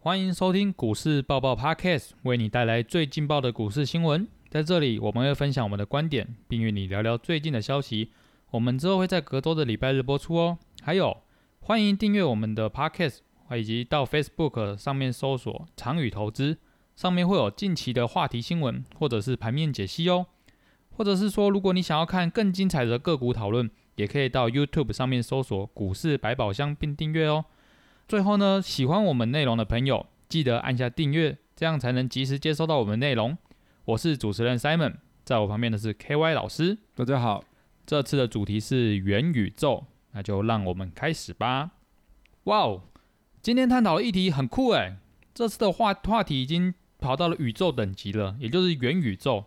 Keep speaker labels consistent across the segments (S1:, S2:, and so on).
S1: 欢迎收听股市爆爆 Podcast，为你带来最劲爆的股市新闻。在这里，我们会分享我们的观点，并与你聊聊最近的消息。我们之后会在隔周的礼拜日播出哦。还有，欢迎订阅我们的 Podcast，以及到 Facebook 上面搜索“长宇投资”，上面会有近期的话题新闻或者是盘面解析哦。或者是说，如果你想要看更精彩的个股讨论，也可以到 YouTube 上面搜索“股市百宝箱”并订阅哦。最后呢，喜欢我们内容的朋友，记得按下订阅，这样才能及时接收到我们内容。我是主持人 Simon，在我旁边的是 KY 老师。
S2: 大家好，
S1: 这次的主题是元宇宙，那就让我们开始吧。哇哦，今天探讨的议题很酷诶，这次的话话题已经跑到了宇宙等级了，也就是元宇宙。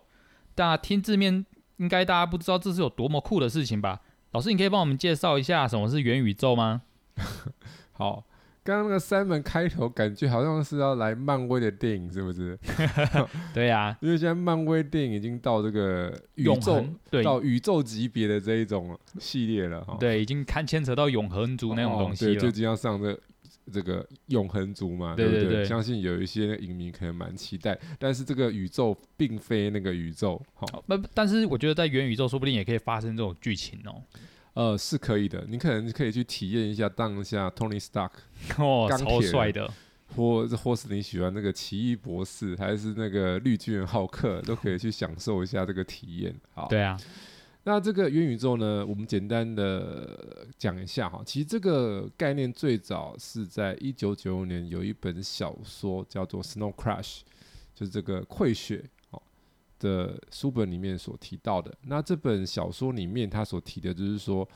S1: 那听字面，应该大家不知道这是有多么酷的事情吧？老师，你可以帮我们介绍一下什么是元宇宙吗？
S2: 好，刚刚那个三门开头感觉好像是要来漫威的电影，是不是？
S1: 对呀、
S2: 因为现在漫威电影已经到这个宇
S1: 永
S2: 宙
S1: 恒对
S2: 到宇宙级别的这一种系列了哈。
S1: 对，已经看牵扯到永恒族那种东
S2: 哦
S1: 西
S2: 对，最
S1: 了。
S2: 近要上这这个永恒族嘛，
S1: 对
S2: 不
S1: 对对
S2: 相信有一些影迷可能蛮期待，但是这个宇宙并非那个宇宙，好、
S1: 好那、但是我觉得在元宇宙说不定也可以发生这种剧情 哦。
S2: 呃，是可以的，你可能可以去体验一下当下 Tony Stark
S1: 哦，
S2: 钢铁
S1: 超
S2: 人
S1: 帅的，
S2: 或或是你喜欢那个奇异博士，还是那个绿巨人浩克，都可以去享受一下这个体验。好，
S1: 对啊，
S2: 那这个元宇宙呢，我们简单的讲一下哈。其实这个概念最早是在一九九五年有一本小说叫做《Snow Crash》，就是这个溃雪哦的书本里面所提到的。那这本小说里面，它所提的就是说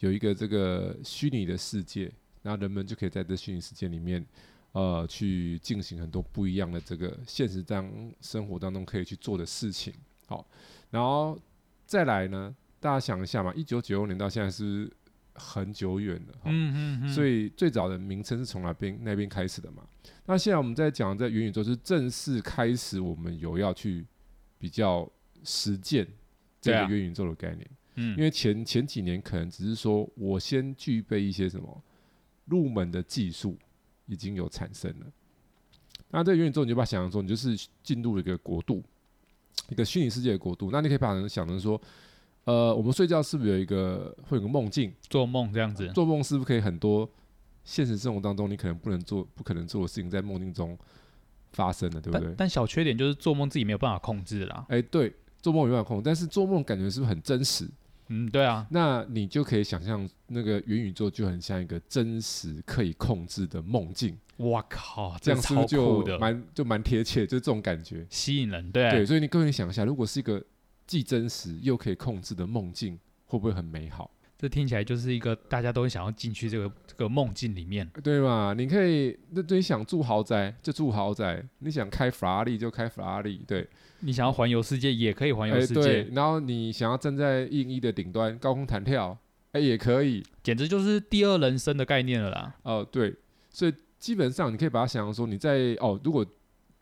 S2: 有一个这个虚拟的世界，那人们就可以在这虚拟世界里面。呃，去进行很多不一样的这个现实当生活当中可以去做的事情，好，然后再来呢，大家想一下嘛，一九九六年到现在是不是很久远了，哦哈
S1: 嗯嗯嗯，
S2: 所以最早的名称是从哪边那边开始的嘛？那现在我们在讲在元宇宙是正式开始，我们有要去比较实践这个
S1: 对啊
S2: 元宇宙的概念，
S1: 嗯
S2: 因为前前几年可能只是说我先具备一些什么入门的技术已经有产生了，那这个元宇宙你就把它想象中你就是进入了一个国度，一个虚拟世界的国度，那你可以把它想成说。呃，我们睡觉是不是有一个会有个梦境？
S1: 做梦这样子，
S2: 做梦是不是可以很多现实生活当中你可能不能做、不可能做的事情，在梦境中发生了，对不对
S1: 但？但小缺点就是做梦自己没有办法控制啦。
S2: 哎、对，做梦有办法控制，但是做梦感觉是不是很真实？
S1: 嗯，对啊，
S2: 那你就可以想象那个元宇宙就很像一个真实可以控制的梦境，
S1: 哇靠，
S2: 这样是不
S1: 超
S2: 是
S1: 酷
S2: 就
S1: 的，
S2: 蛮就蛮贴切，就这种感觉。
S1: 吸引人，对，
S2: 对，所以你各位想一下，如果是一个既真实又可以控制的梦境，会不会很美好？
S1: 这听起来就是一个大家都想要进去这个这个梦境里面。
S2: 对嘛？你可以，那对你想住豪宅就住豪宅，你想开法拉利就开法拉利，对，
S1: 你想要环游世界也可以环游
S2: 哎
S1: 世界
S2: 对，，然后你想要站在硬一的顶端高空弹跳，哎、也可以，
S1: 简直就是第二人生的概念了啦。
S2: 哦、对，所以基本上你可以把它想象说你在哦，如果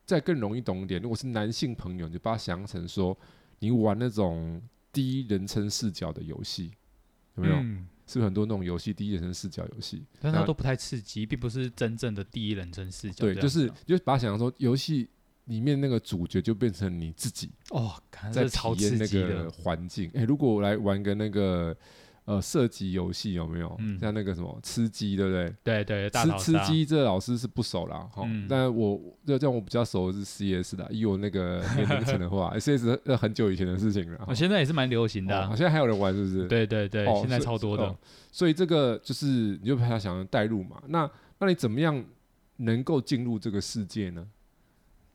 S2: 再更容易懂一点，如果是男性朋友，你就把它想象成说你玩那种第一人称视角的游戏，有没有？
S1: 嗯，
S2: 是不是很多那种游戏第一人称视角游戏？
S1: 但它
S2: 那
S1: 都不太刺激，并不是真正的第一人称视角这样子
S2: 对，
S1: 啊。
S2: 就是你就把它想象说游戏。里面那个主角就变成你自己，
S1: 哦，感觉
S2: 在
S1: 这超
S2: 体
S1: 刺
S2: 验那
S1: 激
S2: 个
S1: 的，
S2: 环境。哎、如果我来玩个那个呃射击游戏，有没有？
S1: 嗯
S2: 像那个什么吃鸡，对不对？
S1: 对对，大
S2: 吃
S1: 逃
S2: 吃
S1: 杀
S2: 鸡这老师是不熟啦，哈、
S1: 嗯
S2: 但我这这样我比较熟的是 CS 啦，以我那个年龄层 的话，CS 那很久以前的事情了。哈
S1: 哦现在也是蛮流行的
S2: 哦
S1: 啊
S2: 好。像还有人玩是不是？
S1: 对对对
S2: 哦，
S1: 现在
S2: 所以
S1: 超多的
S2: 哦。所以这个就是你就把它想要带入嘛。那那你怎么样能够进入这个世界呢？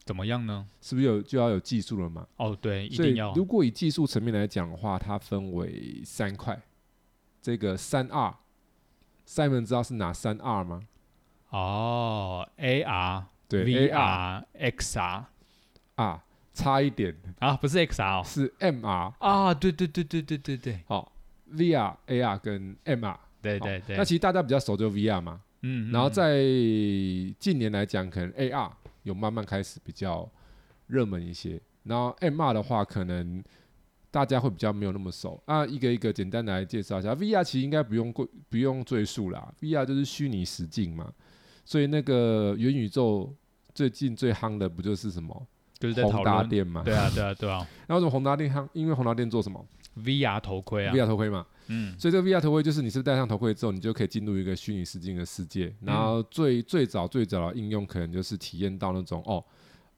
S1: 怎么样呢？
S2: 是不是有就要有技术了嘛？
S1: 哦，对，一
S2: 所以
S1: 定要
S2: 如果以技术层面来讲的话，它分为三块。这个三 R，塞门知道是哪三 R 吗？
S1: 哦，AR、
S2: 对 AR
S1: VR、XR
S2: 啊，差一点
S1: 啊，不是 XR 哦
S2: 是 MR。
S1: 啊，对对对对对对对
S2: 好、v r AR 跟 MR。
S1: 对
S2: 好
S1: 对对。
S2: 哦那其实大家比较熟就 VR 嘛，
S1: 嗯，嗯
S2: 然后
S1: 嗯
S2: 在近年来讲，可能 AR 有慢慢开始比较热门一些，然后 MR 的话，可能大家会比较没有那么熟。那一个一个简单的来介绍一下，VR 其实应该不用过不用赘述啦，VR 就是虚拟实境嘛，所以那个元宇宙最近最夯的不就是什么
S1: 就是在讨
S2: 宏达
S1: 论。
S2: 电嘛？
S1: 对啊，对啊，对啊
S2: 然后说宏达电夯，因为宏达电做什么
S1: ，VR 头盔啊，
S2: ？VR 头盔嘛。
S1: 嗯，
S2: 所以这个 VR 头盔就是你是不是戴上头盔之后，你就可以进入一个虚拟实境的世界。
S1: 嗯
S2: 然后最最早最早的应用可能就是体验到那种哦，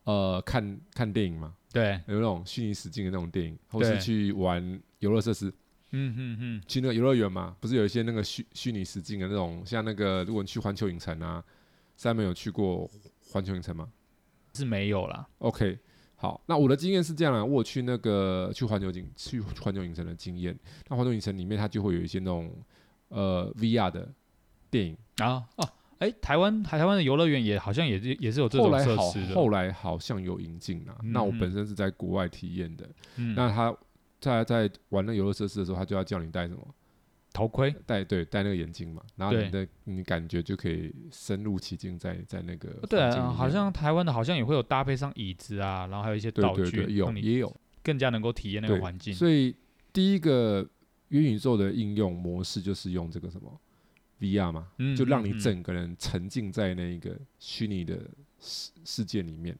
S2: 呃，看看电影嘛，
S1: 对，
S2: 有那种虚拟实境的那种电影，或
S1: 对
S2: 是去玩游乐设施，
S1: 嗯嗯嗯，
S2: 去那个游乐园嘛，不是有一些那个虚虚拟实境的那种，像那个如果你去环球影城啊，三妹有去过环球影城吗
S1: 是没有啦，
S2: ？OK，好，那我的经验是这样啊，我有去那个去环球影去环球影城的经验，那环球影城里面它就会有一些那种呃 VR 的电影，
S1: 啊哦，哎，台湾台湾的游乐园也好像也是也是有这
S2: 后
S1: 种
S2: 来
S1: 设
S2: 好
S1: 施的，
S2: 后来好像有引进啦、
S1: 嗯
S2: 那我
S1: 嗯
S2: 本身是在国外体验的，
S1: 嗯，
S2: 那他在在玩那游乐设施的时候，他就要叫你戴什么？
S1: 头盔，
S2: 戴对戴那个眼镜嘛，然后你
S1: 对
S2: 的你感觉就可以深入其境在，在那个
S1: 对
S2: 呃
S1: 啊，
S2: 环境里面
S1: 好像台湾的好像也会有搭配上椅子啊，然后还有一些
S2: 对
S1: 道
S2: 对
S1: 具，
S2: 对有
S1: 让你
S2: 也有
S1: 更加能够体验那
S2: 对
S1: 个环境。
S2: 所以第一个元宇宙的应用模式就是用这个什么 VR 嘛，
S1: 嗯
S2: 就让你
S1: 嗯嗯
S2: 整个人沉浸在那一个虚拟的世世界里面。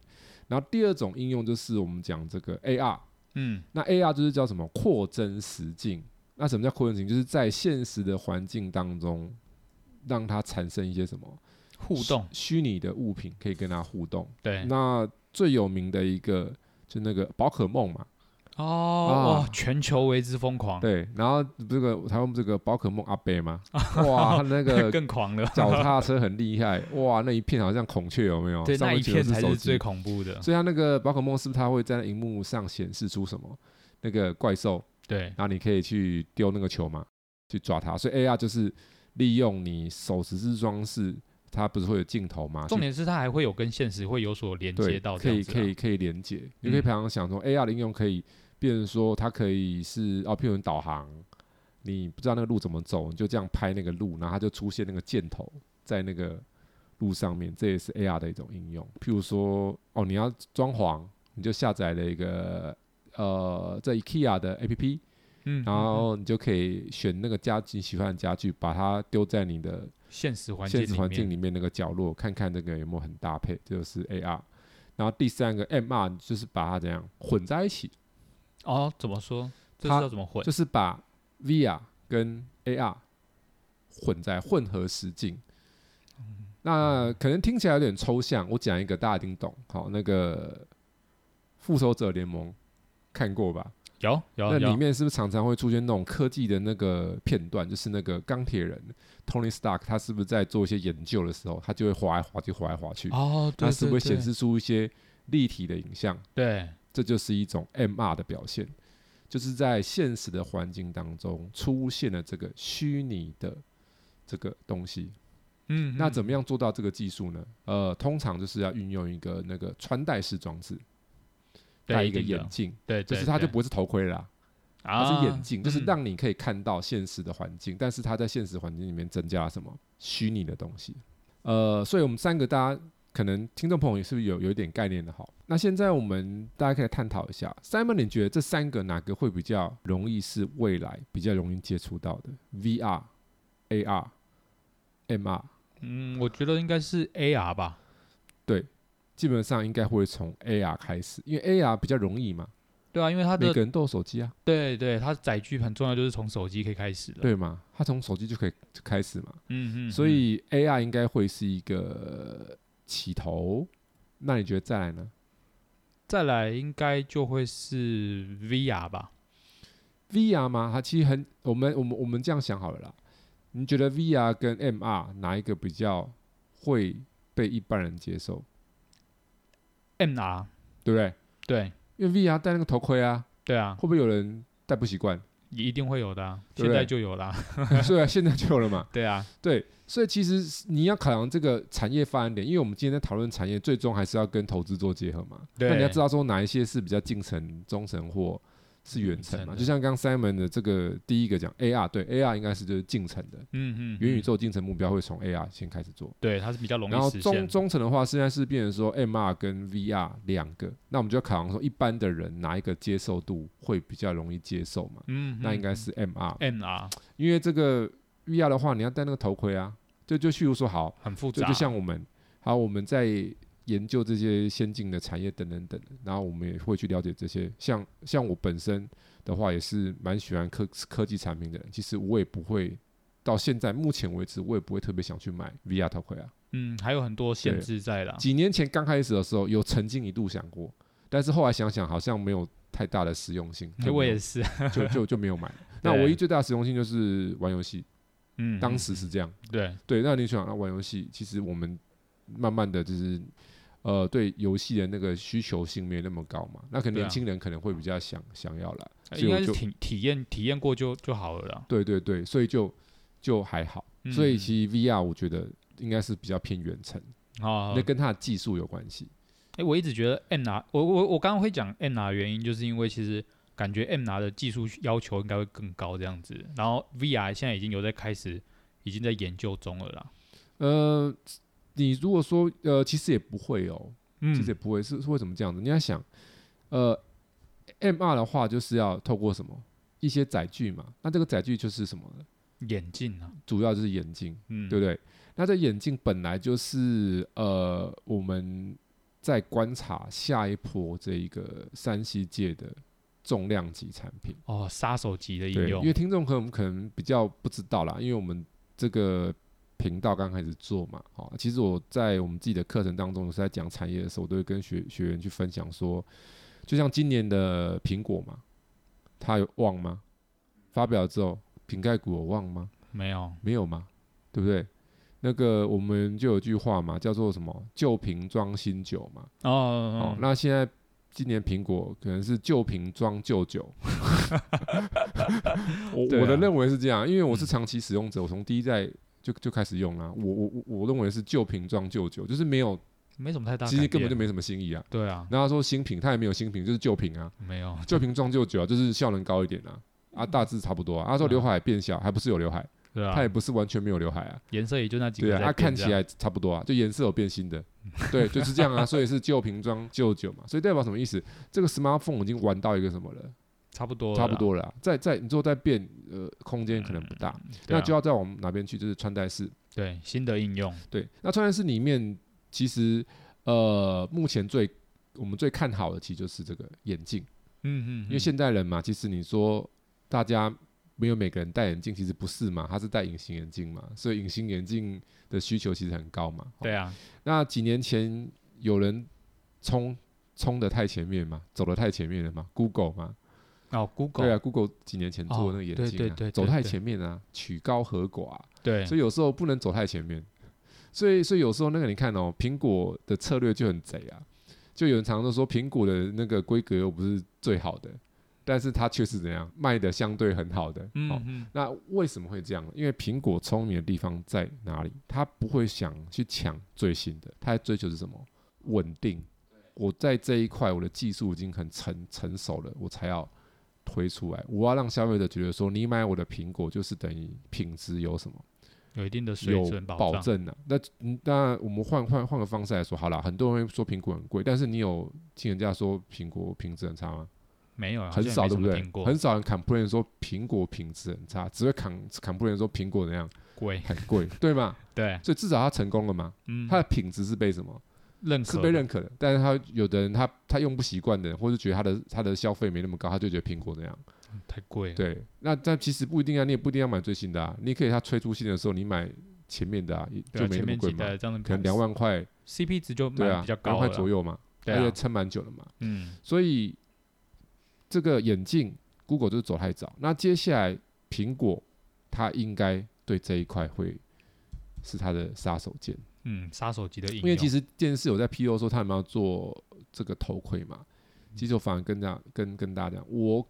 S2: 然后第二种应用就是我们讲这个 AR，
S1: 嗯，
S2: 那 AR 就是叫什么扩增实境。那什么叫扩增实境？就是在现实的环境当中，让它产生一些什么
S1: 互动，
S2: 虚虚拟的物品，可以跟它互动。
S1: 对，
S2: 那最有名的一个就那个宝可梦嘛，
S1: 哦，
S2: 啊
S1: 哇，全球为之疯狂，
S2: 对。然后这个台湾这个宝可梦阿贝 嘛，哇，他那个
S1: 更狂了，
S2: 脚踏车很厉害，哇，那一片好像孔雀有没有？
S1: 对，
S2: 哦上
S1: 那
S2: 面
S1: 一片
S2: 全
S1: 才
S2: 部手
S1: 是
S2: 机
S1: 最。恐怖的，
S2: 所以它那个宝可梦是不是它会在荧幕上显示出什么那个怪兽？
S1: 对，
S2: 然后你可以去丢那个球嘛，去抓它。所以 AR 就是利用你手持式装饰，它不是会有镜头嘛？
S1: 重点是它还会有跟现实会有所连
S2: 去对
S1: 接到，
S2: 可
S1: 这样
S2: 以
S1: 子啊，
S2: 可以可以连接。你可以
S1: 嗯
S2: 平常想说 AR 的应用可以变成说它可以是哦，譬如你导航，你不知道那个路怎么走，你就这样拍那个路，然后它就出现那个箭头在那个路上面，这也是 AR 的一种应用。譬如说哦，你要装潢，你就下载了一个呃，在 IKEA 的 APP。
S1: 嗯，嗯，
S2: 然
S1: 嗯
S2: 后你就可以选那个家具你喜欢的家具，把它丢在你的
S1: 现实环境
S2: 现实
S1: 里
S2: 环境
S1: 面，
S2: 里面那个角落，看看这个有没有很搭配，这就是 AR。然后第三个 MR 就是把它怎样混在一起，
S1: 哦，怎么说？这是
S2: 它
S1: 要怎么混？
S2: 就是把 VR 跟 AR 混在混合实境。
S1: 嗯
S2: 那可能听起来有点抽象，我讲一个大家一定懂。好，那个《复仇者联盟》看过吧？
S1: 有有
S2: 那里
S1: 有，
S2: 面是不是常常会出现那种科技的那个片段？就是那个钢铁人 Tony Stark，他是不是在做一些研究的时候，他就会滑来滑去，滑来滑去，
S1: 哦，对
S2: 那是不
S1: 对
S2: 是会显
S1: 对
S2: 示出一些立体的影像？
S1: 对，
S2: 这就是一种 MR 的表现，就是在现实的环境当中出现了这个虚拟的这个东西。
S1: 嗯，
S2: 那
S1: 嗯
S2: 怎么样做到这个技术呢？呃，通常就是要运用一个那个穿戴式装置，
S1: 对
S2: 戴一
S1: 一
S2: 个
S1: 定
S2: 眼
S1: 的
S2: 镜，
S1: 对，
S2: 就
S1: 对
S2: 是它就
S1: 对
S2: 不会是头盔啦。它
S1: 啊
S2: 是眼镜，就是
S1: 嗯
S2: 让你可以看到现实的环境，但是它在现实环境里面增加了什么虚拟的东西。呃，所以我们三个大家可能听众朋友也是不是有有一点概念的哈？那现在我们大家可以探讨一下，Simon，你觉得这三个哪个会比较容易是未来比较容易接触到的？VR、AR、MR，
S1: 嗯，我觉得应该是 AR 吧，
S2: 基本上应该会从 AR 开始，因为 AR 比较容易嘛，
S1: 对啊，因为它
S2: 每
S1: 的
S2: 个人都有手机啊，
S1: 对对，它载具很重要，就是从手机可以开始的。
S2: 对嘛？他从手机就可以就开始嘛。
S1: 嗯嗯，
S2: 所以 AR 应该会是一个起头。那你觉得再来呢
S1: 再来应该就会是 VR 吧。
S2: ？VR 吗？它其实很，我们我们我们这样想好了啦。你觉得 VR 跟 MR 哪一个比较会被一般人接受，
S1: MR
S2: 对不对？
S1: 对
S2: 因为 VR 戴那个头盔啊，
S1: 对啊，
S2: 会不会有人戴不习惯？
S1: 也一定会有的啊、
S2: 对不
S1: 现在
S2: 对
S1: 就有啦。
S2: 对啊，现在就有了嘛。
S1: 对啊，
S2: 对，所以其实你要考量这个产业发展点，因为我们今天在讨论产业，最终还是要跟投资做结合嘛。
S1: 对
S2: 那你要知道说哪一些是比较近程、中程或是远程
S1: 远程
S2: 嘛。
S1: 的
S2: 就像刚 Simon 的这个第一个讲 AR，对 AR 应该是就是近程的，
S1: 嗯嗯，
S2: 元宇
S1: 嗯
S2: 宙近程目标会从 AR 先开始做。
S1: 对它是比较容
S2: 然后
S1: 易实
S2: 中
S1: 现的。
S2: 中程的话，现在是变成说 MR 跟 VR 两个，那我们就要考量说一般的人哪一个接受度会比较容易接受嘛？
S1: 嗯，嗯
S2: 那应该是 MR，
S1: MR
S2: 因为这个 VR 的话，你要戴那个头盔啊，就就譬如说好，
S1: 很复
S2: 就
S1: 杂，
S2: 就像我们，好，我们在研究这些先进的产业等等等，然后我们也会去了解这些。像像我本身的话，也是蛮喜欢科科技产品的人。其实我也不会到现在目前为止，我也不会特别想去买 VR 头盔啊。
S1: 嗯，还有很多限制在啦。
S2: 几年前刚开始的时候，有曾经一度想过，但是后来想想好像没有太大的实用性，就
S1: 哎嗯我
S2: 没有
S1: 也是，
S2: 就就就没 有买。那
S1: 对
S2: 唯一最大的实用性就是玩游戏，
S1: 嗯，
S2: 当时是这样。
S1: 对，
S2: 对，那你想要玩游戏，其实我们慢慢的就是呃，对游戏的那个需求性没有那么高嘛，那可能
S1: 对啊呃
S2: 年轻人可能会比较想想要啦，所
S1: 应
S2: 以
S1: 该
S2: 我
S1: 是
S2: 就
S1: 体体验体验过就就好了啦。
S2: 对对对，所以就就还好，
S1: 嗯
S2: 所以其实 VR 我觉得应该是比较偏远程，
S1: 实好，
S2: 那跟它的技术有关系。
S1: 哎，我一直觉得 M 拿，我我我刚刚会讲 M 拿原因，就是因为其实感觉 M 拿的技术要求应该会更高这样子，然后 VR 现在已经有在开始，已经在研究中了啦。
S2: 呃，你如果说呃，其实也不会哦，
S1: 嗯
S2: 其实也不会，是是为什么这样子？你要想，呃，MR 的话就是要透过什么一些载具嘛，那这个载具就是什么呢？
S1: 眼镜啊，
S2: 主要就是眼镜。
S1: 嗯，
S2: 对不对？那这眼镜本来就是呃，我们在观察下一波这一个山西界的重量级产品。
S1: 哦，杀手级的应
S2: 对，因
S1: 用，
S2: 为听众可能可能比较不知道啦，因为我们这个频道刚开始做嘛，哦，其实我在我们自己的课程当中，有时候在讲产业的时候，我都会跟学学员去分享说，就像今年的苹果嘛，它有望吗？发表之后，瓶盖股有望吗？
S1: 没有，哦
S2: 没有吗？对不对？那个我们就有句话嘛，叫做什么“旧瓶装新酒”嘛。
S1: 哦
S2: 哦
S1: 哦，，
S2: 那现在今年苹果可能是旧瓶装旧酒。 我、
S1: 对啊
S2: 我的认为是这样，因为我是长期使用者，我从第一代就就开始用啦、我我我我认为是旧瓶装旧酒，就是没有，
S1: 没什么太大改
S2: 其
S1: 变，
S2: 实根本就没什么新意啊。
S1: 对啊，
S2: 然后他说新品，他也没有新品，就是旧瓶 啊，
S1: 没有，
S2: 旧瓶装旧酒啊，就是效能高一点啊，啊大致差不多啊。他说刘海变小，还不是有刘海，
S1: 对啊
S2: 他，也不是完全没有刘海啊。
S1: 颜色也就那几
S2: 对
S1: 个
S2: 啊，
S1: 在变这样，
S2: 它看起来差不多啊，就颜色有变新 的，对，就是这样啊，所以是旧瓶装旧酒嘛，所以代表什么意思？这个 smartphone 已经玩到一个什么了，
S1: 差不多了啦，
S2: 差不多了啊、再再你之后再变，呃，空间可能不大，
S1: 对啊，
S2: 那就要再往哪边去？就是穿戴式，
S1: 对新的应用，
S2: 对，那穿戴式里面其实呃，目前最我们最看好的其实就是这个眼镜，
S1: 嗯嗯，
S2: 因为现代人嘛，其实你说大家。没有每个人戴眼镜，其实不是嘛，他是戴隐形眼镜嘛，所以隐形眼镜的需求其实很高嘛。哦
S1: 对啊，
S2: 那几年前有人冲冲的太前面嘛，走的太前面了嘛，Google 嘛，
S1: 哦，Google，
S2: 对啊，Google 几年前做的那个眼镜、啊
S1: 哦对对对对
S2: 走太前面啊，曲高和寡、啊
S1: 对
S2: 所以有时候不能走太前面，所以所以有时候那个你看哦，苹果的策略就很贼啊，就有人常常都说苹果的那个规格又不是最好的，但是它却是怎样卖的相对很好的，
S1: 嗯
S2: 哦
S1: 嗯，
S2: 那为什么会这样呢？因为苹果聪明的地方在哪里？它不会想去抢最新的，它追求是什么？稳定。我在这一块，我的技术已经很成成熟了，我才要推出来。我要让消费者觉得说，你买我的苹果就是等于品质有什么
S1: 有一定的水
S2: 有
S1: 准
S2: 保
S1: 障，
S2: 证呢、那嗯那我们换换换个方式来说，好啦，很多人会说苹果很贵，但是你有听人家说苹果品质很差吗？
S1: 啊没有，
S2: 很少，对不对
S1: 苹？果
S2: 很少人 complain 说苹果品质很差，只会 com complain 说苹果怎样
S1: 贵，
S2: 很贵，对吗？
S1: 对，
S2: 所以至少它成功了嘛，
S1: 嗯，
S2: 它的品质是被什么？
S1: 认可
S2: 是被认可的。但是它有的人他他用不习惯的人，或者觉得他的他的消费没那么高，他就觉得苹果那样。
S1: 太贵了，
S2: 对，那但其实不一定啊，你也不一定要买最新的啊，你可以它推出新的时候你买前面的啊，也
S1: 对
S2: 就
S1: 啊，
S2: 没
S1: 前
S2: 那么
S1: 面
S2: 贵
S1: 几
S2: 嘛，
S1: 代这样子
S2: 可能两万块，
S1: CP 值就
S2: 对
S1: 蛮
S2: 啊
S1: 比较，
S2: 两
S1: 高
S2: 万块
S1: 了，
S2: 左右嘛，
S1: 对
S2: 而且
S1: 啊，
S2: 撑蛮久了嘛。
S1: 嗯，
S2: 所以这个眼镜 Google 就是走太早。那接下来苹果它应该对这一块会是它的杀手锏，
S1: 嗯，杀手级的应用，
S2: 因为其实电视有在披露说他们要做这个头盔嘛，
S1: 嗯
S2: 其实我反而跟大跟跟大家讲，我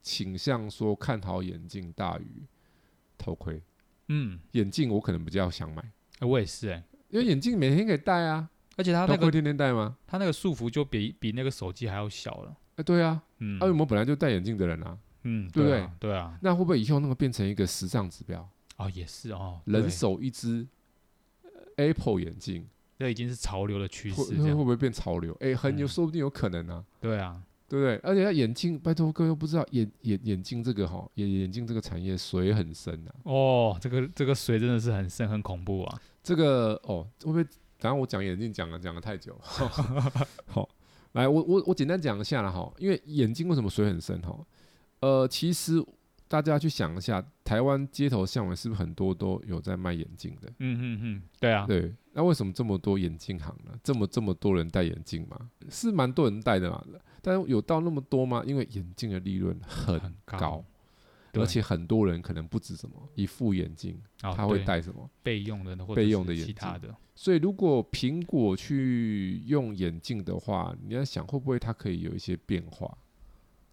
S2: 倾向说看好眼镜大于头盔。
S1: 嗯，
S2: 眼镜我可能比较想买，
S1: 哎我也是哎，
S2: 因为眼镜每天可以戴啊，
S1: 而且它
S2: 头
S1: 那
S2: 盔
S1: 个嗯
S2: 天天戴吗？
S1: 它那个束缚就比比那个手机还要小了，
S2: 哎、对啊，
S1: 嗯
S2: 阿、啊、我们本来就戴眼镜的人啊，
S1: 嗯，
S2: 对不
S1: 对啊？对啊，
S2: 那会不会以后那个变成一个时尚指标？
S1: 哦，也是哦，对
S2: 人手一只呃 Apple 眼镜，
S1: 这已经是潮流的趋
S2: 会
S1: 势，这
S2: 会
S1: 样
S2: 会不会变潮流？哎、很有，
S1: 嗯
S2: 说不定有可能啊，
S1: 对啊，
S2: 对不对？而且它眼镜，拜托各位又不知道眼眼眼镜这个哈，眼眼镜这个产业水很深啊。
S1: 哦，这个这个水真的是很深很恐怖啊，
S2: 这个哦，会不会当然我讲眼镜讲了讲了 太久了。好，来我我我简单讲一下了哈，因为眼睛为什么水很深哈？呃，其实大家去想一下，台湾街头巷尾是不是很多都有在卖眼镜的？
S1: 嗯嗯嗯，对啊，
S2: 对，那为什么这么多眼镜行呢？这么这么多人戴眼镜嘛？是蛮多人戴的嘛？但有到那么多吗？因为眼镜的利润很
S1: 很
S2: 高，
S1: 对
S2: 而且很多人可能不止什么一副眼镜，
S1: 哦
S2: 他会
S1: 对
S2: 戴什么？
S1: 备用的或者
S2: 备用的
S1: 是
S2: 眼
S1: 其他
S2: 镜
S1: 的，
S2: 所以如果苹果去用眼镜的话，你要想会不会它可以有一些变化，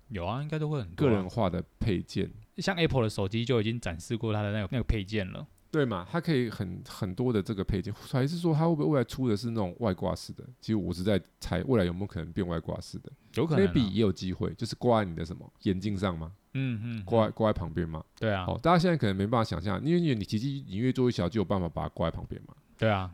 S1: 有啊，应该都会很多
S2: 个
S1: 啊、
S2: 人化的配件，
S1: 像 Apple 的手机就已经展示过它的那个那个配件了。
S2: 对嘛？它可以很很多的这个配件，还是说它会不会未来出的是那种外挂式的？其实我是在猜未来有没有可能变外挂式的。
S1: 有可能、啊，
S2: maybe 也有机会，就是挂在你的什么眼镜上吗？
S1: 嗯嗯，
S2: 挂在挂在旁边吗？
S1: 对啊，
S2: 好，大家现在可能没办法想象，因为你体积你越做越小，就有办法把它挂在旁边嘛。
S1: 对啊，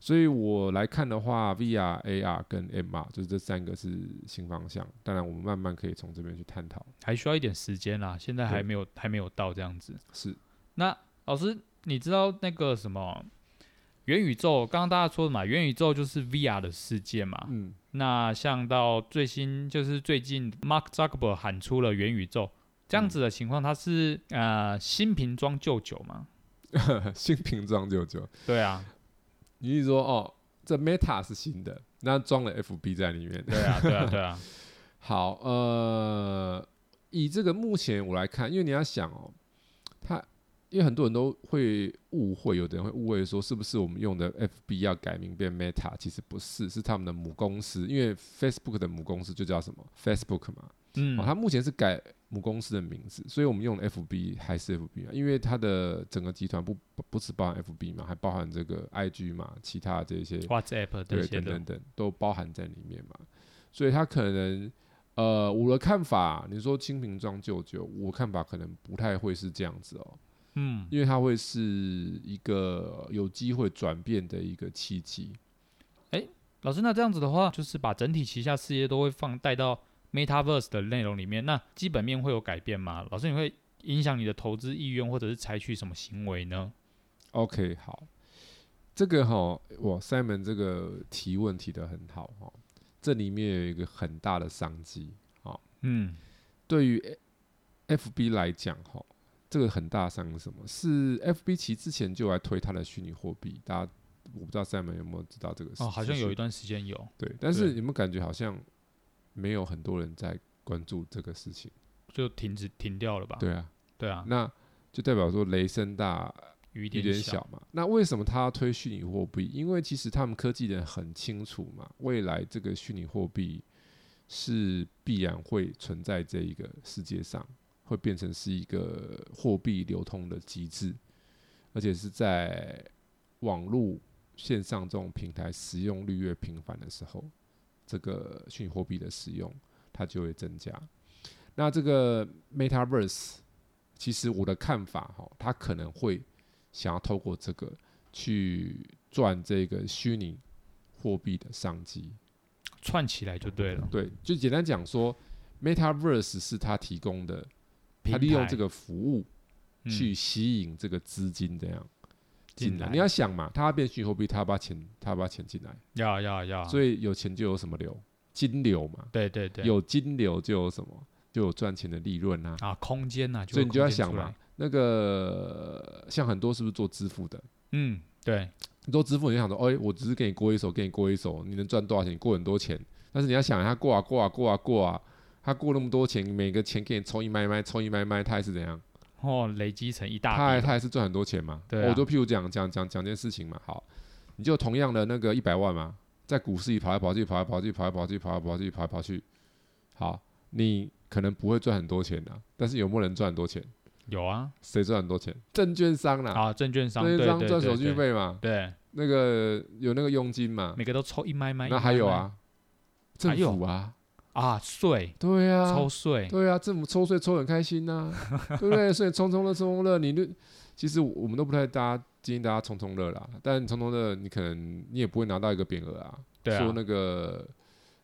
S2: 所以我来看的话，VR、AR 跟 MR 就是这三个是新方向。当然，我们慢慢可以从这边去探讨。
S1: 还需要一点时间啦，现在还没有还没有到这样子。
S2: 是
S1: 那老师，你知道那个什么元宇宙？刚刚大家说的嘛，元宇宙就是 VR 的世界嘛。
S2: 嗯，
S1: 那像到最新，就是最近 Mark Zuckerberg 喊出了元宇宙这样子的情况，它是呃新瓶装旧酒嘛？
S2: 新瓶装就就，
S1: 对啊，
S2: 你是说哦，这 Meta 是新的，那装了 FB 在里面。
S1: 对啊，对啊，对啊，
S2: 好，呃，以这个目前我来看，因为你要想哦，它因为很多人都会误会，有的人会误会说是不是我们用的 FB 要改名变 Meta，其实不是，是他们的母公司，因为 Facebook 的母公司就叫什么 Facebook 嘛，
S1: 嗯，
S2: 哦，它目前是改母公司的名字，所以我们用的 FB 还是 FB 啊，因为它的整个集团不不不只包含 FB 嘛，还包含这个 IG 嘛，其他的这些
S1: WhatsApp 这
S2: 对，
S1: 些
S2: 等
S1: 的
S2: 等，等都包含在里面嘛。所以他可能，呃，我的看法，你说清平装舅舅，我看法可能不太会是这样子哦，
S1: 嗯，
S2: 因为它会是一个有机会转变的一个契机。
S1: 老师，那这样子的话，就是把整体旗下事业都会放带到 MetaVerse 的内容里面，那基本面会有改变吗？老师，你会影响你的投资意愿，或者是采取什么行为呢？
S2: OK，好，这个哈、哇，Simon 这个提问提的很好哈、哦，这里面有一个很大的商机。
S1: 嗯，
S2: 对于 FB 来讲，哈，这个很大的伤是什么？是 FB 其实之前就来推它的虚拟货币，大家我不知道 Simon 有没有知道这个事情？
S1: 哦，好像有一段时间有，
S2: 对，但是有没有感觉好像没有很多人在关注这个事情？
S1: 就停止停掉了吧？
S2: 对啊，
S1: 对啊，
S2: 那就代表说雷声大
S1: 雨
S2: 雨
S1: 点
S2: 点小嘛。那为什么他要推虚拟货币？因为其实他们科技人很清楚嘛，未来这个虚拟货币是必然会存在这一个世界上，会变成是一个货币流通的机制，而且是在网络线上这种平台使用率越频繁的时候，这个虚拟货币的使用它就会增加。那这个 MetaVerse，其实我的看法哈，它可能会想要透过这个去赚这个虚拟货币的商机。
S1: 串起来就对了。
S2: 对，就简单讲说，MetaVerse 是它提供的，它利用这
S1: 个
S2: 个服务
S1: 嗯
S2: 去吸引这个资金这样进来。你要想嘛，它要变虚拟货币，它要把钱，它要把钱进来，
S1: 要要要，
S2: 所
S1: 以
S2: 以有钱就有什么流，金流嘛，
S1: 对对啊对，
S2: 有金流就有什么，就有赚钱的利润啊。
S1: 啊空间呐，
S2: 所以你就
S1: 会
S2: 要
S1: 空间
S2: 想
S1: 出
S2: 嘛
S1: 来，，
S2: 那个像很多是不是做支付的？
S1: 嗯，对，
S2: 你做支付，你就想说，哎、我只是给你过一手，给你过一手，你能赚多少钱？你过很多钱，但是你要想，他过啊过啊过啊过啊，他过那么多钱，每个钱给你抽一麦麦，抽一麦麦，他还是怎样？
S1: 哦，累积成一
S2: 他
S1: 大
S2: 还
S1: 笔，
S2: 他还是赚很多钱嘛？哦
S1: 对啊
S2: 我就譬如讲讲讲讲件事情嘛，好，你就同样的那个一百万嘛，在股市里跑来跑去，跑来跑去，跑来跑去，跑来跑去，跑来跑去，好，你可能不会赚很多钱的，啊但是有没有人赚很多钱？
S1: 有啊，
S2: 谁赚很多钱？证券商啦，
S1: 啊，证券商，
S2: 证
S1: 对
S2: 券商
S1: 对
S2: 赚
S1: 对
S2: 手续
S1: 对，
S2: 费嘛，
S1: 对，
S2: 那个有那个佣金嘛，
S1: 每个都抽一麦麦，
S2: 那
S1: 一
S2: 还有
S1: 麦麦
S2: 啊，政
S1: 还有
S2: 府啊，
S1: 啊，税
S2: 对啊，
S1: 抽税，
S2: 对啊，政府抽税抽得很开 心呐、对不对？所以冲冲乐，冲冲乐，你就其实我们都不太大家建议大家冲冲乐啦，但冲冲乐你可能你也不会拿到一个匾额啊，
S1: 对啊
S2: 说那个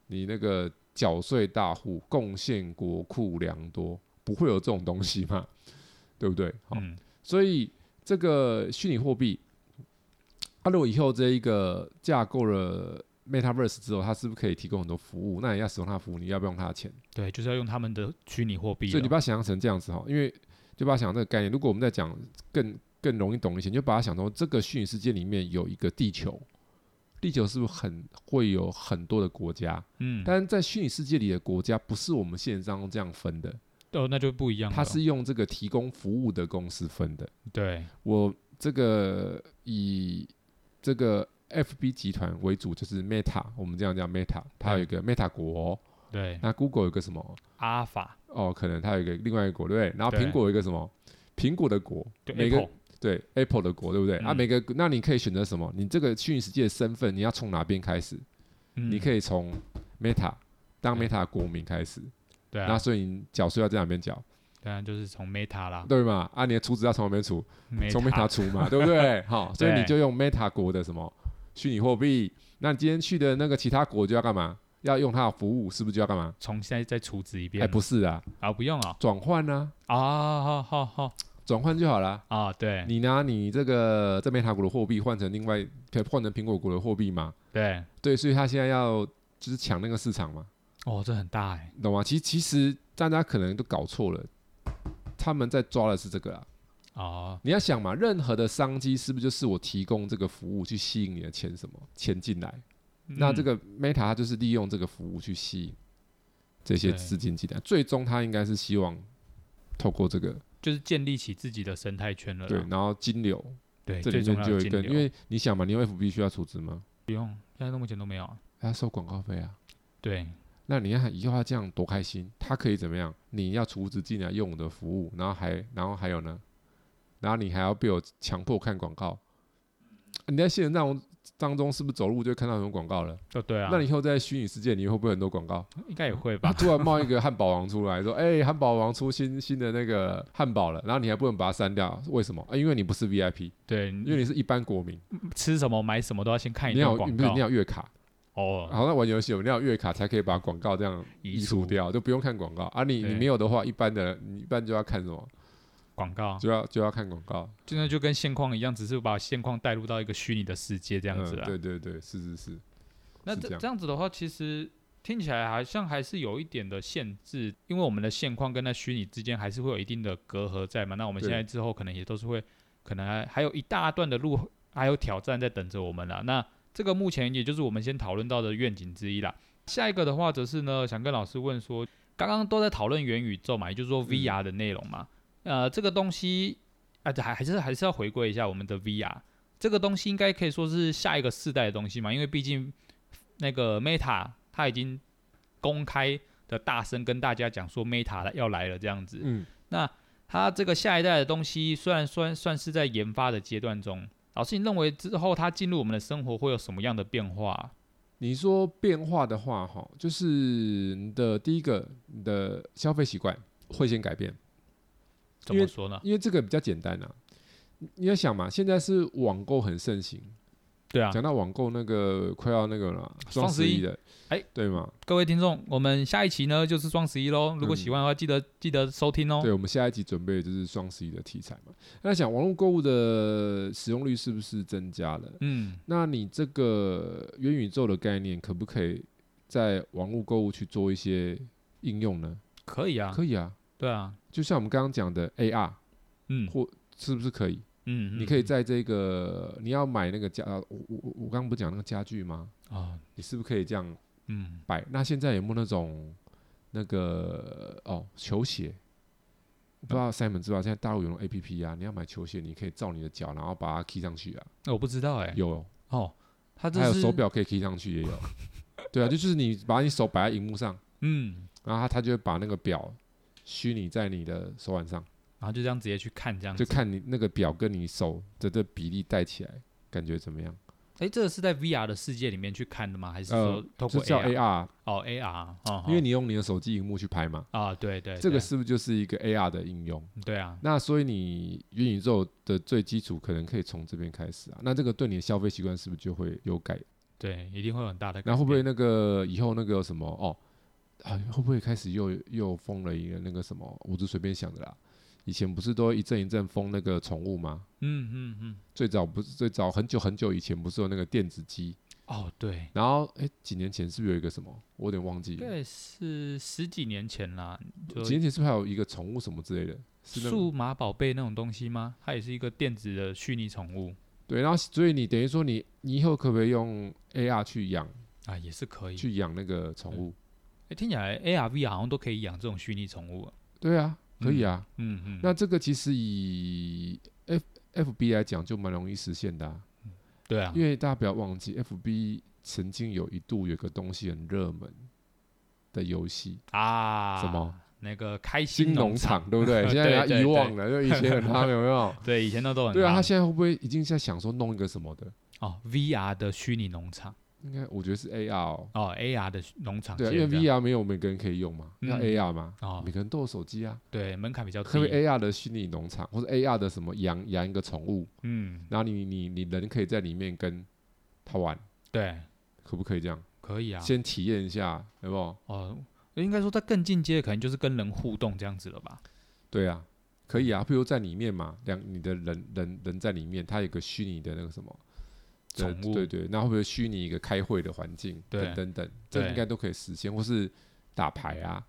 S2: 你那个缴税大户贡献国库良多，不会有这种东西嘛， 对不对？好，
S1: 嗯，
S2: 所以这个虚拟货币，它啊如果以后这一个架构了 Metaverse 之后，它是不是可以提供很多服务？那你要使用它的服务，你要不要用它的钱？
S1: 对，就是要用他们的虚拟货币了。
S2: 所以你把它想象成这样子哈，因为就把它想这个概念。如果我们在讲更更容易懂一些，你就把它想成这个虚拟世界里面有一个地球，地球是不是很会有很多的国家？
S1: 嗯，
S2: 但是在虚拟世界里的国家不是我们现实当中这样分的，
S1: 哦，那就不一样了。
S2: 它是用这个提供服务的公司分的。
S1: 对，
S2: 我这个以这个 FB 集团为主，就是 Meta，我们这样叫 Meta，它有一
S1: 嗯
S2: 个 Meta 国，
S1: 对，
S2: 那 Google 有个什么？
S1: 阿法，
S2: 哦，可能它有一个另外一个国，对不对？然后
S1: 对
S2: 苹果有一个什么？苹果的国，
S1: 对
S2: 每个
S1: Apple，
S2: 对 Apple 的国，对不对？啊，
S1: 嗯
S2: 每个那你可以选择什么？你这个虚拟世界的身份，你要从哪边开始？
S1: 嗯
S2: 你可以从 Meta 当
S1: 对
S2: Meta 国民开始，
S1: 对
S2: 那
S1: 啊，
S2: 所以你缴税要在哪边缴，
S1: 当然就是从 Meta 啦，
S2: 对吗？啊，你的出资要从哪边出？从 Meta 出嘛，对不 对？好，所以
S1: 对
S2: 你就用 Meta 国的什么虚拟货币。那你今天去的那个其他国就要干嘛？要用它的服务，是不是就要干嘛？
S1: 从现在再处置一遍
S2: 哎，
S1: 吗，
S2: 不是啊，
S1: 啊，不用啊，
S2: 转换啊，
S1: 啊，好好好
S2: 转换就好啦。
S1: 啊，对
S2: 你拿你这个这 Meta 国的货币换成另外，可以换成苹果国的货币嘛？
S1: 对，
S2: 对，所以他现在要就是抢那个市场嘛，
S1: 哦，这很大哎，
S2: 你懂吗？其实其实大家可能都搞错了，他们在抓的是这个啦。
S1: 哦，
S2: 你要想嘛，任何的商机是不是就是我提供这个服务去吸引你的钱什么钱进来？那
S1: 嗯
S2: 这个 Meta 它就是利用这个服务去吸引这些
S1: 对
S2: 资金进来，最终它应该是希望透过这个
S1: 就是建立起自己的生态圈了
S2: 对
S1: 啦，，
S2: 然后金流
S1: 对，啊
S2: 这
S1: 哎最
S2: 里
S1: 重
S2: 面
S1: 要
S2: 就有
S1: 的金
S2: 一个，
S1: 流，
S2: 因为你想嘛，你用 FB 需要储值吗？
S1: 不用，现在那目前都没有啊，
S2: 它收广告费啊，
S1: 对，
S2: 那你看以后他这样多开心，他可以怎么样？你要储值进来用我的服务，然后还然后还有呢，然后你还要被我强迫看广告。啊你在现实当中当中是不是走路就会看到很多广告了？
S1: 哦对啊，
S2: 那你以后在虚拟世界，你会不会很多广告？
S1: 应该也会
S2: 啊，
S1: 吧？
S2: 突然冒一个汉堡王出来说：“哎、汉堡王出新新的那个汉堡了。”然后你还不能把它删掉，为什么？啊、因为你不是 VIP，
S1: 对，
S2: 因为
S1: 你
S2: 你是一般国民，
S1: 吃什么买什么都要先看一
S2: 你要
S1: 段
S2: 有
S1: 广
S2: 你不是
S1: 告
S2: 你，要有月卡，
S1: 哦，
S2: 好像玩游戏，有你要有月卡才可以把广告这样移除掉，就不用看广告啊你。你
S1: 对
S2: 没有的话，一般的你一般就要看什么？
S1: 广告，
S2: 就要就要看广告
S1: 真的就跟现况一样，只是把现况带入到一个虚拟的世界这
S2: 这
S1: 样子啊，
S2: 嗯对对对，是是是，
S1: 那
S2: 是这
S1: 这
S2: 样
S1: 这样子的话，其实听起来好像还是有一点的限制，因为我们的现况跟那虚拟之间还是会有一定的隔阂在嘛。那我们现
S2: 对
S1: 在之后可能也都是会，可能还还有一大段的路，还有挑战在等着我们啦。那这个目前也就是我们先讨论到的愿景之一啦。下一个的话，则是呢，想跟老师问说，刚刚都在讨论元宇宙嘛，也就是说
S2: 嗯
S1: VR 的内容嘛。呃，这个东西啊，还还是还是要回归一下我们的 VR 这个东西，应该可以说是下一个世代的东西嘛，因为毕竟那个 Meta 它已经公开的大声跟大家讲说 Meta 要来了这样子。
S2: 嗯，
S1: 它这个下一代的东西虽然算算是在研发的阶段中，老师你认为之后它进入我们的生活会有什么样的变化？
S2: 你说变化的话，哈，就是你的第一个，你的消费习惯会先改变，
S1: 哦怎么说呢？
S2: 因为这个比较简单啊。你你要想嘛，现在是网购很盛行，
S1: 对啊，
S2: 讲到网购那个快要那个了，
S1: 双
S2: 双
S1: 十
S2: 十
S1: 一
S2: 一的，
S1: 哎，
S2: 对嘛？
S1: 各位听众，我们下一期呢就是双十一喽，如果喜欢的话，记得记得收听哦。
S2: 嗯对，我们下一集准备的就是双十一的题材嘛。那想网络购物的使用率是不是增加了？
S1: 嗯，
S2: 那你这个元宇宙的概念可不可以在网络购物去做一些应用呢？
S1: 可以啊，
S2: 可以啊，
S1: 对啊，
S2: 就像我们刚刚讲的 AR
S1: 嗯
S2: 或是不是可以？
S1: 嗯，
S2: 你可以
S1: 嗯
S2: 在这个你要买那个家，啊我我我我刚刚不是讲那个家具吗？
S1: 哦，
S2: 你是不是可以这样
S1: 嗯，
S2: 摆？那现在有没有那种那个哦球鞋？我
S1: 嗯
S2: 不知道 Simon 知不知道，现在大陆有那种 A P P 啊，你要买球鞋，你可以照你的脚，然后把它 key 上去啊。
S1: 那我不知道哎，
S2: 有，
S1: 哦，它这
S2: 还有
S1: 是
S2: 手，表可以 key 上去也有。 对啊，就就是你把你手摆在荧幕上，
S1: 嗯，
S2: 然后它它就会把那个表虚拟在你的手腕上，
S1: 然后就这样直接去看这样
S2: 就
S1: 子。
S2: 看你那个表跟你手的这比例带起来，感觉怎么样？
S1: 哎，这个是在 VR 的世界里面去看的吗？还是
S2: 呃
S1: 说透
S2: 就
S1: 过
S2: 叫 AR，
S1: 哦，AR，哦，
S2: 因为
S1: 你
S2: 你用你的手机荧幕去拍嘛，
S1: 啊，对对，
S2: 这个
S1: 对
S2: 是不是就是一个 AR 的应用？
S1: 对啊，
S2: 那所以你元宇宙的最基础可能可以从这边开始啊，那这个对你的消费习惯是不是就会有改？
S1: 对，一定会有很大的改变。
S2: 然后会不会那个以后那个什么哦，啊会不会开始又又疯了一个那个什么？我就随便想的啦。以前不是都一阵一阵封那个宠物吗？
S1: 嗯嗯嗯，
S2: 最早不是最早很久很久以前不是有那个电子鸡，
S1: 哦对，
S2: 然后哎几年前是不是有一个什么？我有点忘记
S1: 应
S2: 了。
S1: 该是十几年前啦，就
S2: 几年前是不是还有一个宠物什么之类的？是那个
S1: 数码宝贝那种东西吗？它也是一个电子的虚拟宠物
S2: 对，然后所以你等于说你你以后可不可以用 AR 去养
S1: 啊，也是可以。
S2: 去养那个宠物？
S1: 诶听起来 ARV 好像都可以养这种虚拟宠物啊。
S2: 对啊，可以啊。
S1: 嗯嗯，
S2: 那这个其实以 F F B 来讲就蛮容易实现的、啊，
S1: 对啊
S2: 因，为大家不要忘记，F B 曾经有一度有个东西很热门的游戏，
S1: 啊，
S2: 什么
S1: 那个开
S2: 新
S1: 心
S2: 农
S1: 农场？
S2: 场，对不 对？现在大家
S1: 对对
S2: 遗忘了，就以前很夯，有 没有？
S1: 对，以前那都很
S2: 对啊，
S1: 夯
S2: 他现在会不会已经在想说弄一个什么的？
S1: 哦，VR 的虚拟农场
S2: 应该我觉得是 A R，、哦、
S1: 哦，AR 的农场
S2: 对、啊，
S1: 线
S2: 因
S1: 这
S2: 为
S1: 样，
S2: V R 没有每个人可以用嘛，
S1: 嗯
S2: 要 A R 嘛，
S1: 哦
S2: 每个人都有手机啊。
S1: 对门槛比较低，
S2: 可不可以 A R 的虚拟农场，或者 A R 的什么养养一个宠物，
S1: 嗯，
S2: 然后你你你人可以在里面跟他玩，
S1: 对，
S2: 可不可以这样？
S1: 可以啊。
S2: 先体验一下，有没有？
S1: 哦，应该说在更进阶的可能就是跟人互动这样子了吧？
S2: 对啊，可
S1: 嗯
S2: 以啊，譬如在里面嘛，两你的人人人在里面，它有个虚拟的那个什么的
S1: 宠物
S2: 对对，那会不会虚拟一个开会的环境，
S1: 对
S2: 等等等，
S1: 对
S2: 这应该都可以实现，或是打牌啊，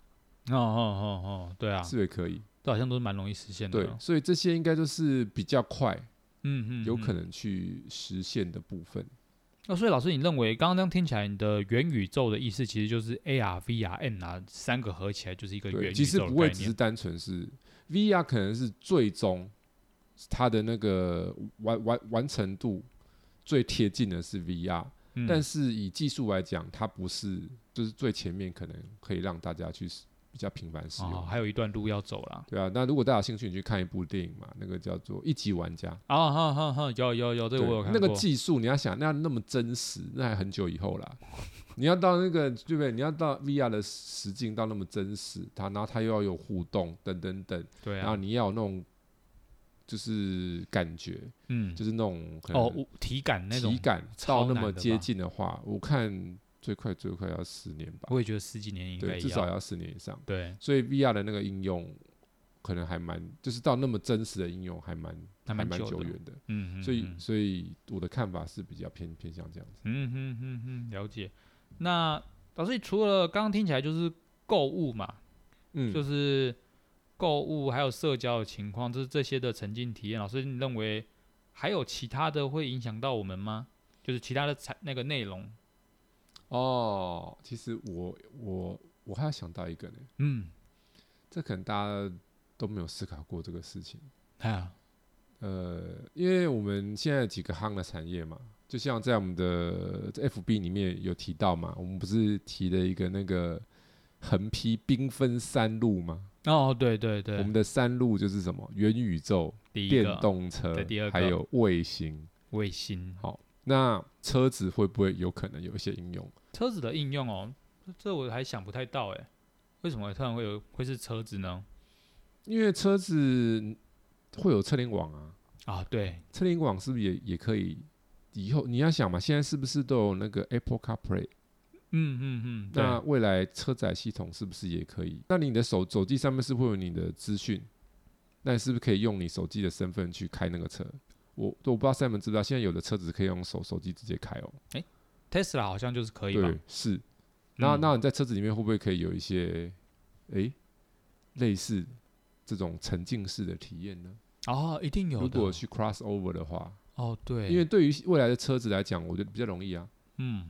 S1: 哦哦哦哦，对啊，
S2: 是不是也可以？
S1: 这好像都是蛮容易实现的
S2: 对
S1: 哦。，
S2: 所以这些应该都是比较快，
S1: 嗯嗯，
S2: 有可
S1: 嗯。
S2: 能去实现的部分。
S1: 那所以老师，你认为刚刚这样听起来，你的元宇宙的意思其实就是 AR、VR、MR 啊三个合起来就是一个元
S2: 对，
S1: 宇
S2: 其实
S1: 宙
S2: 不
S1: 的
S2: 会
S1: 概
S2: 只是
S1: 念。
S2: 单纯是 VR，可能是最终它的那个完完完成度最贴近的是 VR，、
S1: 嗯
S2: 但是以技术来讲，它不是就是最前面可能可以让大家去使比较频繁使用。
S1: 哦，还有一段路要走啦。
S2: 对啊，那如果大家有兴趣，你去看一部电影嘛，那个叫做《一级玩家》。
S1: 啊哈哈哈，有有有，这个
S2: 对
S1: 我有看
S2: 那
S1: 过。
S2: 个技术，你要想，那那么真实，那还很久以后啦。你要到那个对不对？你要到 VR 的实境到那么真实，它然后它又要有互动，等等等，
S1: 对
S2: 然后
S1: 啊，
S2: 你要有那种就是感觉，
S1: 嗯，
S2: 就是那种可能
S1: 哦，无体感那种
S2: 体，感
S1: 超
S2: 到那
S1: 难
S2: 么
S1: 的
S2: 接
S1: 吧
S2: 近的话，我看最快最快要十年吧，
S1: 我也觉得十几年应该
S2: 对，
S1: 也
S2: 至少
S1: 要
S2: 要十年以上。
S1: 对，
S2: 所以 VR 的那个应用可能还蛮，就是到那么真实的应用还蛮
S1: 还蛮
S2: 蛮
S1: 久
S2: 久
S1: 的
S2: 远的。
S1: 嗯，嗯
S2: 所以
S1: 嗯，
S2: 所以我的看法是比较偏偏向这样子。
S1: 嗯哼哼哼，了解。那老师，除了刚刚听起来就是购物嘛，
S2: 嗯，
S1: 就是购物还有社交的情况，就是这些的沉浸体验。老师，你认为还有其他的会影响到我们吗？就是其他的产那个内容？
S2: 哦，其实我我我还要想到一个呢，
S1: 嗯，
S2: 这可能大家都没有思考过这个事情。
S1: 啊，
S2: 呃，因为我们现在有几个夯的产业嘛，就像在我们的在 FB 里面有提到嘛，我们不是提了一个那个横批“缤纷三路”吗？
S1: 哦，对对
S2: 我们
S1: 对，
S2: 的三路就是什么？元宇宙、
S1: 第一
S2: 电
S1: 个
S2: 动车
S1: 对第二，个
S2: 还有卫星。
S1: 卫星
S2: 好，那车子会不会有可能有一些应用？
S1: 车子的应用哦，这我还想不太到哎，为什么突然会有会是车子呢？
S2: 因为车子会有车联网啊，
S1: 啊，对，
S2: 车联网是不是也也可以？以后你要想嘛，现在是不是都有那个 Apple CarPlay？
S1: 嗯嗯嗯，对，
S2: 那未来车载系统是不是也可以？那你的手手机上面是会有你的资讯，那你是不是可以用你手机的身份去开那个车？我我不知道 Simon 知不知道，现在有的车子可以用手手机直接开哦。
S1: Tesla 好像就是可以吧？
S2: 对，是。那
S1: 嗯
S2: 那你在车子里面会不会可以有一些，诶、类似这种沉浸式的体验呢？
S1: 哦，一定有的。
S2: 如果去 cross over 的话，
S1: 哦，对，
S2: 因为对于未来的车子来讲，我觉得比较容易啊。
S1: 嗯，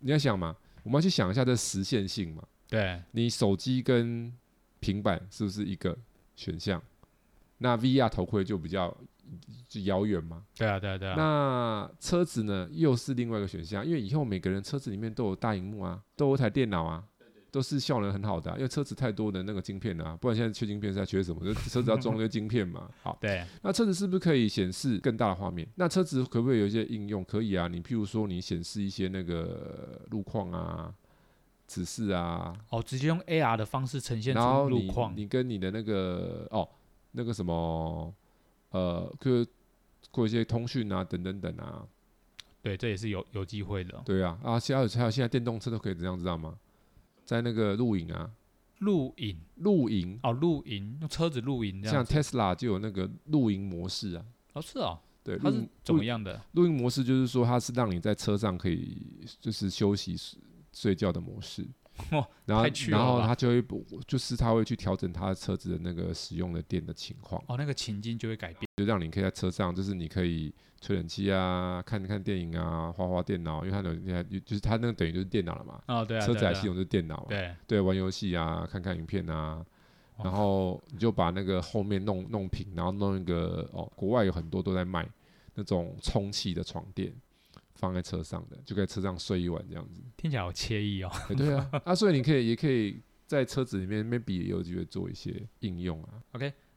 S2: 你要想嘛，我们要去想一下这实现性嘛。
S1: 对，
S2: 你手机跟平板是不是一个选项？那 VR 头盔就比较就遥远嘛。
S1: 对啊，对啊，对啊。
S2: 那车子呢，又是另外一个选项，因为以后每个人车子里面都有大荧幕啊，都有一台电脑啊，都是效能很好的啊、因为车子太多的那个晶片了啊，不然现在缺晶片是在缺什么？就车子要装那个晶片嘛。好，
S1: 对，
S2: 那车子是不是可以显示更大的画面？那车子可不可以有一些应用？可以啊，你譬如说你显示一些那个路况啊、指示啊，
S1: 哦，直接用 AR 的方式呈现
S2: 然
S1: 出
S2: 后
S1: 路
S2: 你
S1: 况，
S2: 你跟你的那个哦那个什么呃，就是过一些通讯啊等等等啊，
S1: 对，这也是有有机会的。
S2: 对啊啊，现在还有现在电动车都可以这样，知道吗？在那个录影啊，
S1: 露营
S2: 露营，
S1: 哦，露营用车子露营这样
S2: 像
S1: 子。
S2: Tesla 就有那个露营模式啊。
S1: 哦，是哦，
S2: 对，
S1: 它
S2: 露
S1: 是
S2: 营
S1: 怎么样的？
S2: 露营模式就是说，它是让你在车上可以就是休息睡睡觉的模式。
S1: 哇
S2: 然 后
S1: 太趣了
S2: 然后
S1: 吧
S2: 它就会不就是它会去调整它的车子的那个使用的电的情况，
S1: 哦，那个情境就会改变。
S2: 就让你可以在车上，就是你可以吹冷气啊，看看电影啊，花花电脑，因为它有就是它那个等于就是电脑了嘛，
S1: 哦，对啊，
S2: 车
S1: 对啊对
S2: 载
S1: 啊
S2: 系统就是电脑嘛，
S1: 对，
S2: 对，玩游戏啊，看看影片啊，
S1: 哇
S2: 然后你就把那个后面弄弄平，然后弄一个哦，国外有很多都在卖那种充气的床垫，放在车上的，就可以在车上睡一晚这样 子。
S1: 听起来好惬意哦。
S2: 哎对啊，啊，所以你可以也可以在车子里面 maybe 也有机会做一些应用啊。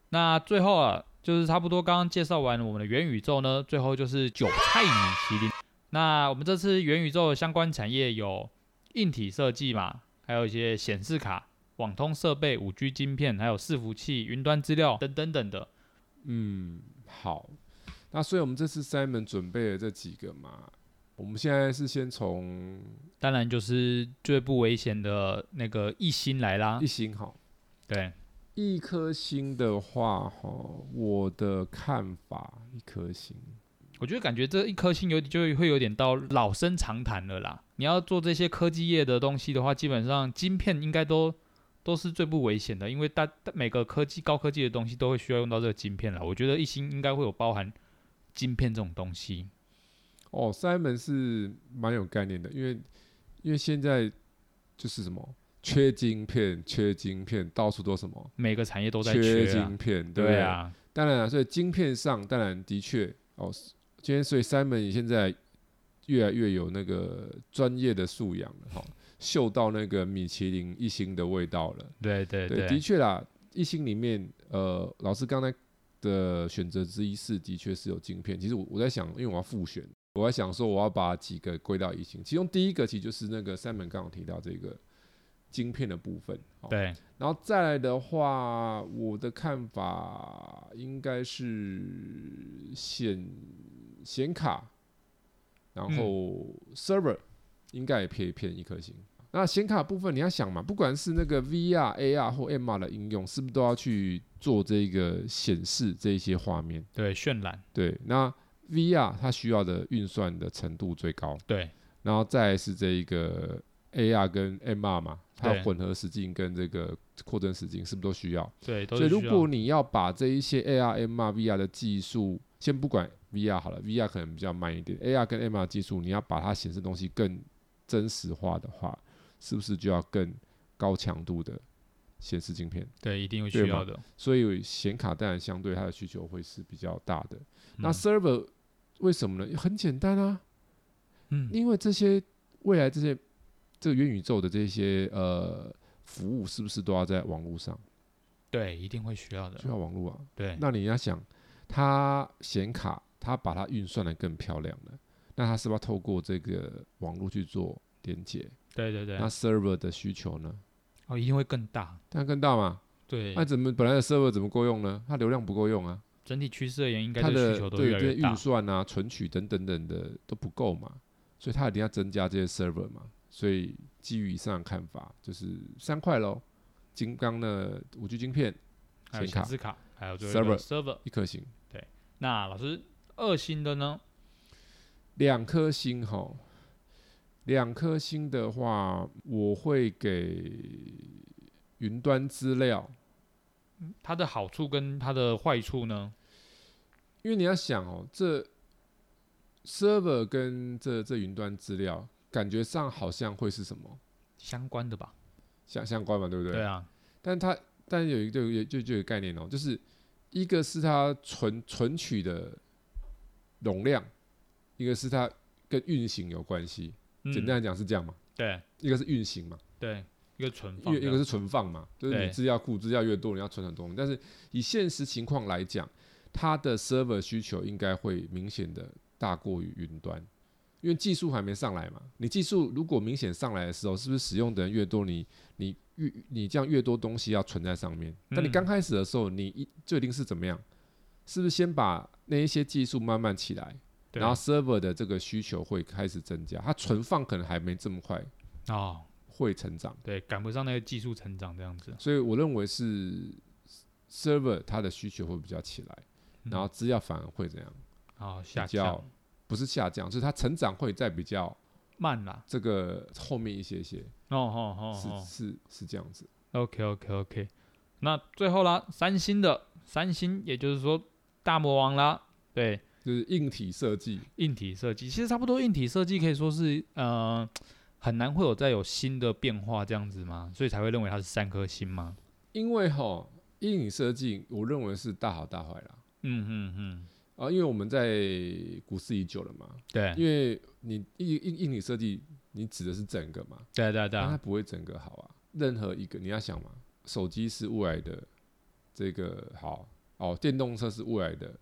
S1: 那最后啊，就是差不多刚刚介绍完我们的元宇宙呢，最后就是韭菜米其林。那我们这次元宇宙的相关产业有硬体设计嘛，还有一些显示卡、网通设备、五 G 晶片，还有伺服器、云端资料等等等的。
S2: 嗯，好，那所以我们这次 Simon 准备了这几个嘛，我们现在是先从
S1: 当然就是最不危险的那个一星来啦
S2: 一。星好。
S1: 对，
S2: 一颗星的话，哈，我的看法，一颗星，
S1: 我觉得感觉这一颗星有就会有点到老生常谈了啦。你要做这些科技业的东西的话，基本上晶片应该都都是最不危险的，因为大大每个科技高科技的东西都会需要用到这个晶片啦。我觉得一星应该会有包含晶片这种东西。
S2: 哦，Simon 是蛮有概念的，因为因为现在就是什么缺晶片，缺晶片，到处都什么
S1: 每个产业都在
S2: 缺
S1: 缺啊
S2: 晶，片，对不
S1: 对啊，
S2: 当然、啊，所以晶片上当然的确哦，今天所以 Simon 现在越来越有那个专业的素养了，哈、嗅到那个米其林一星的味道了。
S1: 对对
S2: 对，的确啦，一星里面，呃，老师刚才的选择之一是，的确是有晶片。其实我我在想，因为我要复选，我在想说我要把几个归到一星，其中第一个其实就是那个三门刚刚提到这个晶片的部分。哦好，
S1: 对，
S2: 然后再来的话，我的看法应该是显显卡，然后 server 应该也偏偏一颗星。那显卡部分你要想嘛，不管是那个 VR、AR 或 MR 的应用，是不是都要去做这个显示这一些画面？
S1: 对渲染，
S2: 对，那 VR 它需要的运算的程度最高，
S1: 对
S2: 然后再来是这一个 AR 跟 MR 嘛，它
S1: 对
S2: 混合实境跟这个扩增实境是不是都需要？
S1: 对都
S2: 所
S1: 是
S2: 以如
S1: 需要
S2: 果你要把这一些 AR、MR、VR 的技术，先不管 VR 好了，VR 可能比较慢一点，AR 跟 MR 技术，你要把它显示东西更真实化的话，是不是就要更高强度的显示镜片？
S1: 对一定会
S2: 对
S1: 需
S2: 嘛
S1: 要的。
S2: 所以显卡当然相对它的需求会是比较大的。那
S1: 嗯
S2: server 为什么呢？很简单啊，
S1: 嗯
S2: 因为这些未来这些这个元宇宙的这些呃服务，是不是都要在网络上？
S1: 对一定会需要的
S2: 需，要网络啊。
S1: 对
S2: 那你要想，它显卡它把它运算的更漂亮了，那它是不是要透过这个网络去做连接？
S1: 对对对啊
S2: 那，server 的需求呢？
S1: 哦一定会更大。
S2: 当然更大嘛。
S1: 对，
S2: 那怎么本来的 server 怎么够用呢？它流量不够用啊，
S1: 整体趋势而言，应该
S2: 它
S1: 这个
S2: 的
S1: 需求都
S2: 对
S1: 越来
S2: 对
S1: 越
S2: 运
S1: 大。
S2: 算啊、存取等等等的都不够嘛，所以它一定要增加这些 server 嘛。所以基于以上的看法，就是三块喽，金刚的五 G 晶片
S1: 还有
S2: 显卡
S1: 显示卡，还有这个 server。
S2: 一颗星，
S1: 那老师，二星的呢？
S2: 两颗星哈，两颗星的话，我会给云端资料，
S1: 它的好处跟它的坏处呢？
S2: 因为你要想哦，这 server 跟这这云端资料，感觉上好像会是什么
S1: 相关的吧？
S2: 相相关嘛，对不对？
S1: 对啊，
S2: 但它但有一个有就就有一个概念哦，就是一个是它存存取的容量，一个是它跟运行有关系。
S1: 嗯
S2: 简单来讲是这样嘛，
S1: 对
S2: 一个是运行嘛。
S1: 对，一个存放
S2: 因为一个
S1: 的，
S2: 是存放嘛，就是
S1: 对
S2: 你资料库资料越多，你要存很多东西。但是以现实情况来讲，它的 server 需求应该会明显的大过于云端，因为技术还没上来嘛。你技术如果明显上来的时候，是不是使用的人越多，你你越你这样越多东西要存在上面？但你
S1: 嗯
S2: 刚开始的时候，你一就一定是怎么样？是不是先把那一些技术慢慢起来，
S1: 对
S2: 然后 server 的这个需求会开始增加？它存放可能还没这么快
S1: 哦，
S2: 会成长，
S1: 对，赶不上那个技术成长这样子。
S2: 所以我认为是 server 它的需求会比较起来，
S1: 嗯
S2: 然后资料反而会怎样？
S1: 啊，下
S2: 比较
S1: 降
S2: 不是下降，就是它成长会在比较
S1: 慢啦。
S2: 这个后面一些些，
S1: 哦哦哦哦
S2: 是是是这样子。
S1: OK OK OK，那最后啦，三星的三星，也就是说大魔王啦，对，
S2: 就是硬体设计，
S1: 硬体设计其实差不多，硬体设计可以说是呃很难会有再有新的变化这样子嘛，所以才会认为它是三颗星嘛。
S2: 因为哈硬体设计，我认为是大好大坏啦。
S1: 嗯嗯嗯，
S2: 啊，因为我们在股市已久了嘛，
S1: 对
S2: 因为你硬硬硬体设计，你指的是整个嘛，
S1: 对对对
S2: 但它
S1: 啊，
S2: 不会整个好啊。任何一个你要想嘛，手机是未来的这个好哦，电动车是未来的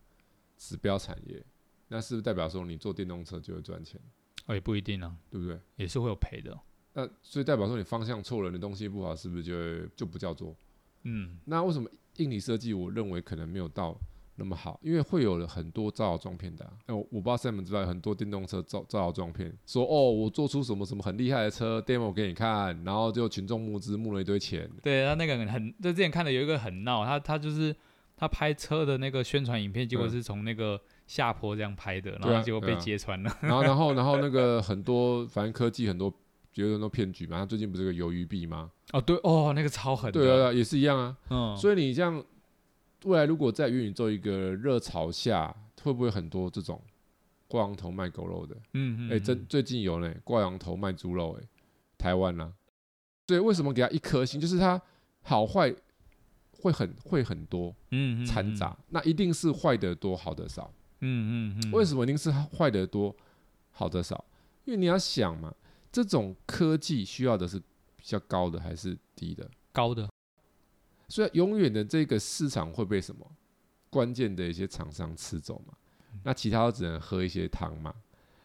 S2: 指标产业，那是不是代表说你做电动车就会赚钱，
S1: 哦也不一定啊，
S2: 对不对？
S1: 也是会有赔的。
S2: 那所以代表说你方向错了，你东西不好，是不是就会就不叫做？
S1: 嗯，
S2: 那为什么硬体设计我认为可能没有到那么好？因为会有了很多造谣撞骗的、啊。哎、我我不知道 Sam 知道有很多电动车造造谣撞骗，说哦我做出什么什么很厉害的车 demo 给你看，然后就群众募资募了一堆钱，
S1: 对他那个很，就之前看的有一个很闹，他他就是他拍车的那个宣传影片，结果
S2: 嗯
S1: 是从那个下坡这样拍的，然
S2: 对
S1: 后
S2: 啊
S1: 结果
S2: 对
S1: 被
S2: 啊
S1: 揭穿了。
S2: 然后然后然后那个很多反正科技很多。觉得很多骗局嘛，他最近不是有个鱿鱼币吗？
S1: 哦对哦，那个超狠的，
S2: 对啊，对啊也是一样啊。
S1: 嗯，
S2: 所以你这样，未来如果在元宇宙一个热潮下，会不会很多这种挂羊头卖狗肉的？
S1: 嗯嗯，
S2: 哎、真最近有呢，挂羊头卖猪肉、欸，台湾啦、所以为什么给他一颗星？就是他好坏会很会很多
S1: 嗯嗯嗯
S2: 掺杂，那一定是坏的多，好的少。
S1: 嗯嗯嗯，
S2: 为什么一定是坏的多，好的少？因为你要想嘛，这种科技需要的是比较高的还是低的？
S1: 高的？
S2: 所以永远的这个市场会被什么关键的一些厂商吃走嘛？那其他都只能喝一些汤嘛？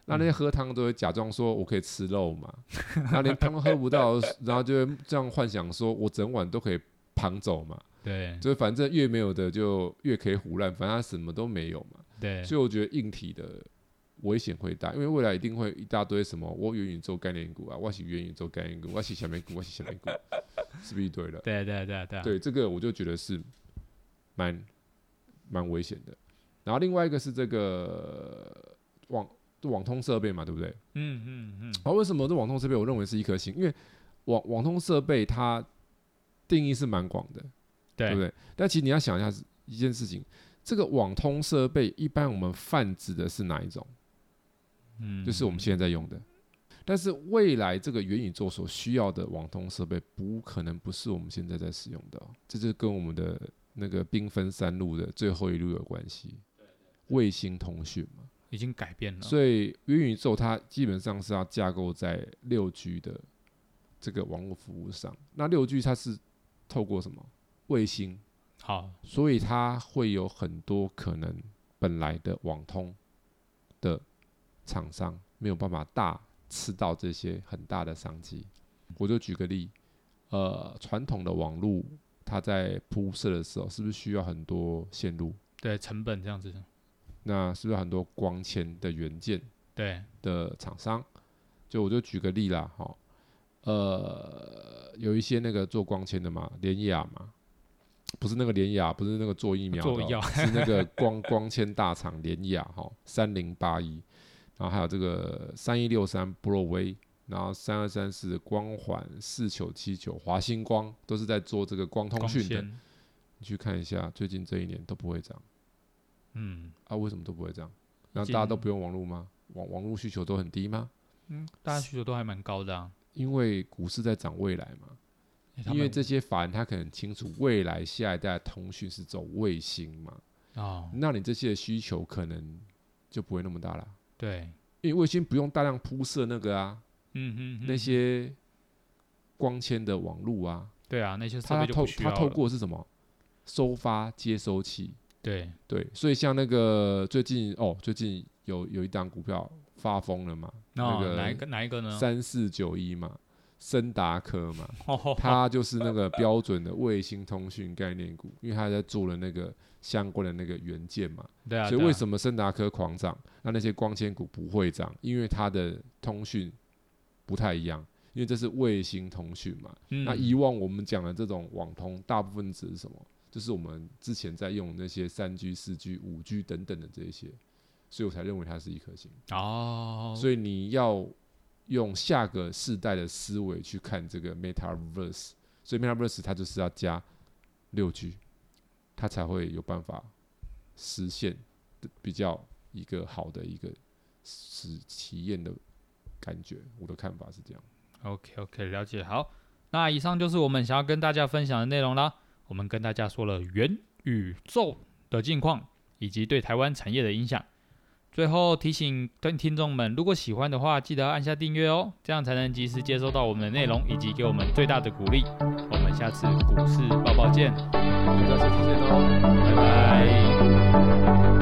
S2: 那那些喝汤都会假装说我可以吃肉嘛？ 那连汤都喝不到， 然后就会这样幻想说我整碗都可以旁走嘛？
S1: 对
S2: 就是反正越没有的就越可以胡乱，反正他什么都没有嘛。
S1: 对，
S2: 所以我觉得硬体的危险会大，因为未来一定会一大堆什么我元宇宙概念股啊，我是元宇宙概念股，我是小美股，我是小美股， 是不是一堆了？
S1: 对对对啊对，
S2: 对，这个我就觉得是蛮蛮危险的。然后另外一个是这个网网通设备嘛，对不对？
S1: 嗯嗯嗯，
S2: 啊，为什么这网通设备我认为是一颗星？因为网网通设备它定义是蛮广的，对不
S1: 对
S2: 对？但其实你要想一下一件事情，这个网通设备一般我们泛指的是哪一种？
S1: 嗯，
S2: 就是我们现在在用的。但是未来这个元宇宙所需要的网通设备，不可能不是我们现在在使用的哦、这就跟我们的那个缤纷三路的最后一路有关系，卫星通讯嘛。
S1: 已经改变了，
S2: 所以元宇宙它基本上是要架构在六 G 的这个网络服务上。那六 G 它是透过什么卫星？
S1: 好，
S2: 所以它会有很多可能本来的网通的厂商没有办法大吃到这些很大的商机。我就举个例，呃，传统的网络它在铺设的时候，是不是需要很多线路？
S1: 对成本这样子，
S2: 那是不是很多光纤的元件
S1: 对，
S2: 的厂商？就我就举个例啦，哈，呃，有一些那个做光纤的嘛，联雅嘛，不是那个联雅，不是那个做疫苗的哦，
S1: 做药
S2: 是那个光 光纤大厂联雅哈，三零八一，然后还有这个三一六三波洛威，然后三二三四光环四九七九华星光都是在做这个光通
S1: 光
S2: 讯的。
S1: 纤，
S2: 你去看一下，最近这一年都不会涨
S1: 嗯
S2: 啊？为什么都不会涨？然后
S1: 经
S2: 大家都不用网络吗？网网络需求都很低吗？
S1: 嗯，大家需求都还蛮高的啊，
S2: 因为股市在涨未来嘛，
S1: 欸他
S2: 因为
S1: 们
S2: 这些法人他可能清楚未来下一代的通讯是走卫星嘛，
S1: 哦，
S2: 那你这些需求可能就不会那么大啦。
S1: 对，
S2: 因为卫星不用大量铺设那个啊，
S1: 嗯嗯嗯，
S2: 那些光纤的网路啊，
S1: 对啊，那些设
S2: 它
S1: 备就
S2: 透
S1: 不需
S2: 它
S1: 要
S2: 透
S1: 了，
S2: 过是什么收发接收器？
S1: 对，
S2: 对，所以像那个最近哦，最近有有一档股票发疯了嘛，那
S1: 哦，
S2: 个
S1: 哪一个哪一个呢？
S2: 三四九一嘛，森达 科嘛，
S1: 哦，
S2: 它就是那个标准的卫星通讯概念股，因为它在做了那个相关的那个元件嘛，
S1: 对啊，
S2: 所以为
S1: 么
S2: 什么森达科狂涨，那那些光纤股不会涨？因为它的通讯不太一样，因为这是卫星通讯嘛。
S1: 嗯
S2: 那以往我们讲的这种网通，大部分指的是什么？就是我们之前在用那些三 G、四 G、五 G 等等的这一些，所以我才认为它是一颗星。
S1: 哦，
S2: 所以你要用下个世代的思维去看这个 MetaVerse，所以 MetaVerse 它就是要加六 G，它才会有办法实现的比较一个好的一个实体验的感觉。我的看法是这样。
S1: OK OK，了解。好，那以上就是我们想要跟大家分享的内容啦。我们跟大家说了元宇宙的近况，以及对台湾产业的影响。最后提醒跟听众们，如果喜欢的话，记得按下订阅哦，这样才能及时接收到我们的内容，以及给我们最大的鼓励。我们下次股市报报见，
S2: 大家下期见喽。
S1: 拜拜。